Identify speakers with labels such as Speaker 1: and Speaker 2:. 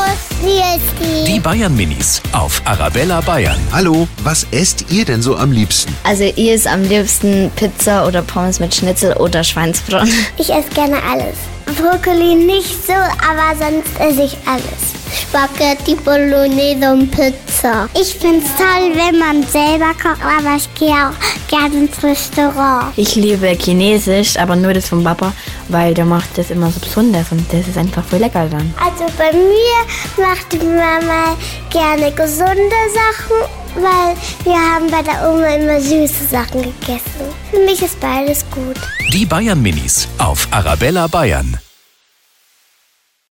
Speaker 1: Christi.
Speaker 2: Die Bayern Minis auf Arabella Bayern.
Speaker 3: Hallo, was esst ihr denn so am liebsten?
Speaker 4: Also ihr ist am liebsten Pizza oder Pommes mit Schnitzel oder Schweinsbraten.
Speaker 1: Ich esse gerne alles. Brokkoli nicht so, aber sonst esse ich alles. Spaghetti Bolognese und Pizza. Ich find's toll, wenn man selber kocht, aber ich gehe auch gerne ins Restaurant.
Speaker 4: Ich liebe Chinesisch, aber nur das vom Papa, weil der macht das immer so besonders und das ist einfach voll lecker dann.
Speaker 1: Also bei mir macht die Mama gerne gesunde Sachen, weil wir haben bei der Oma immer süße Sachen gegessen. Für mich ist beides gut.
Speaker 2: Die Bayern Minis auf Arabella Bayern.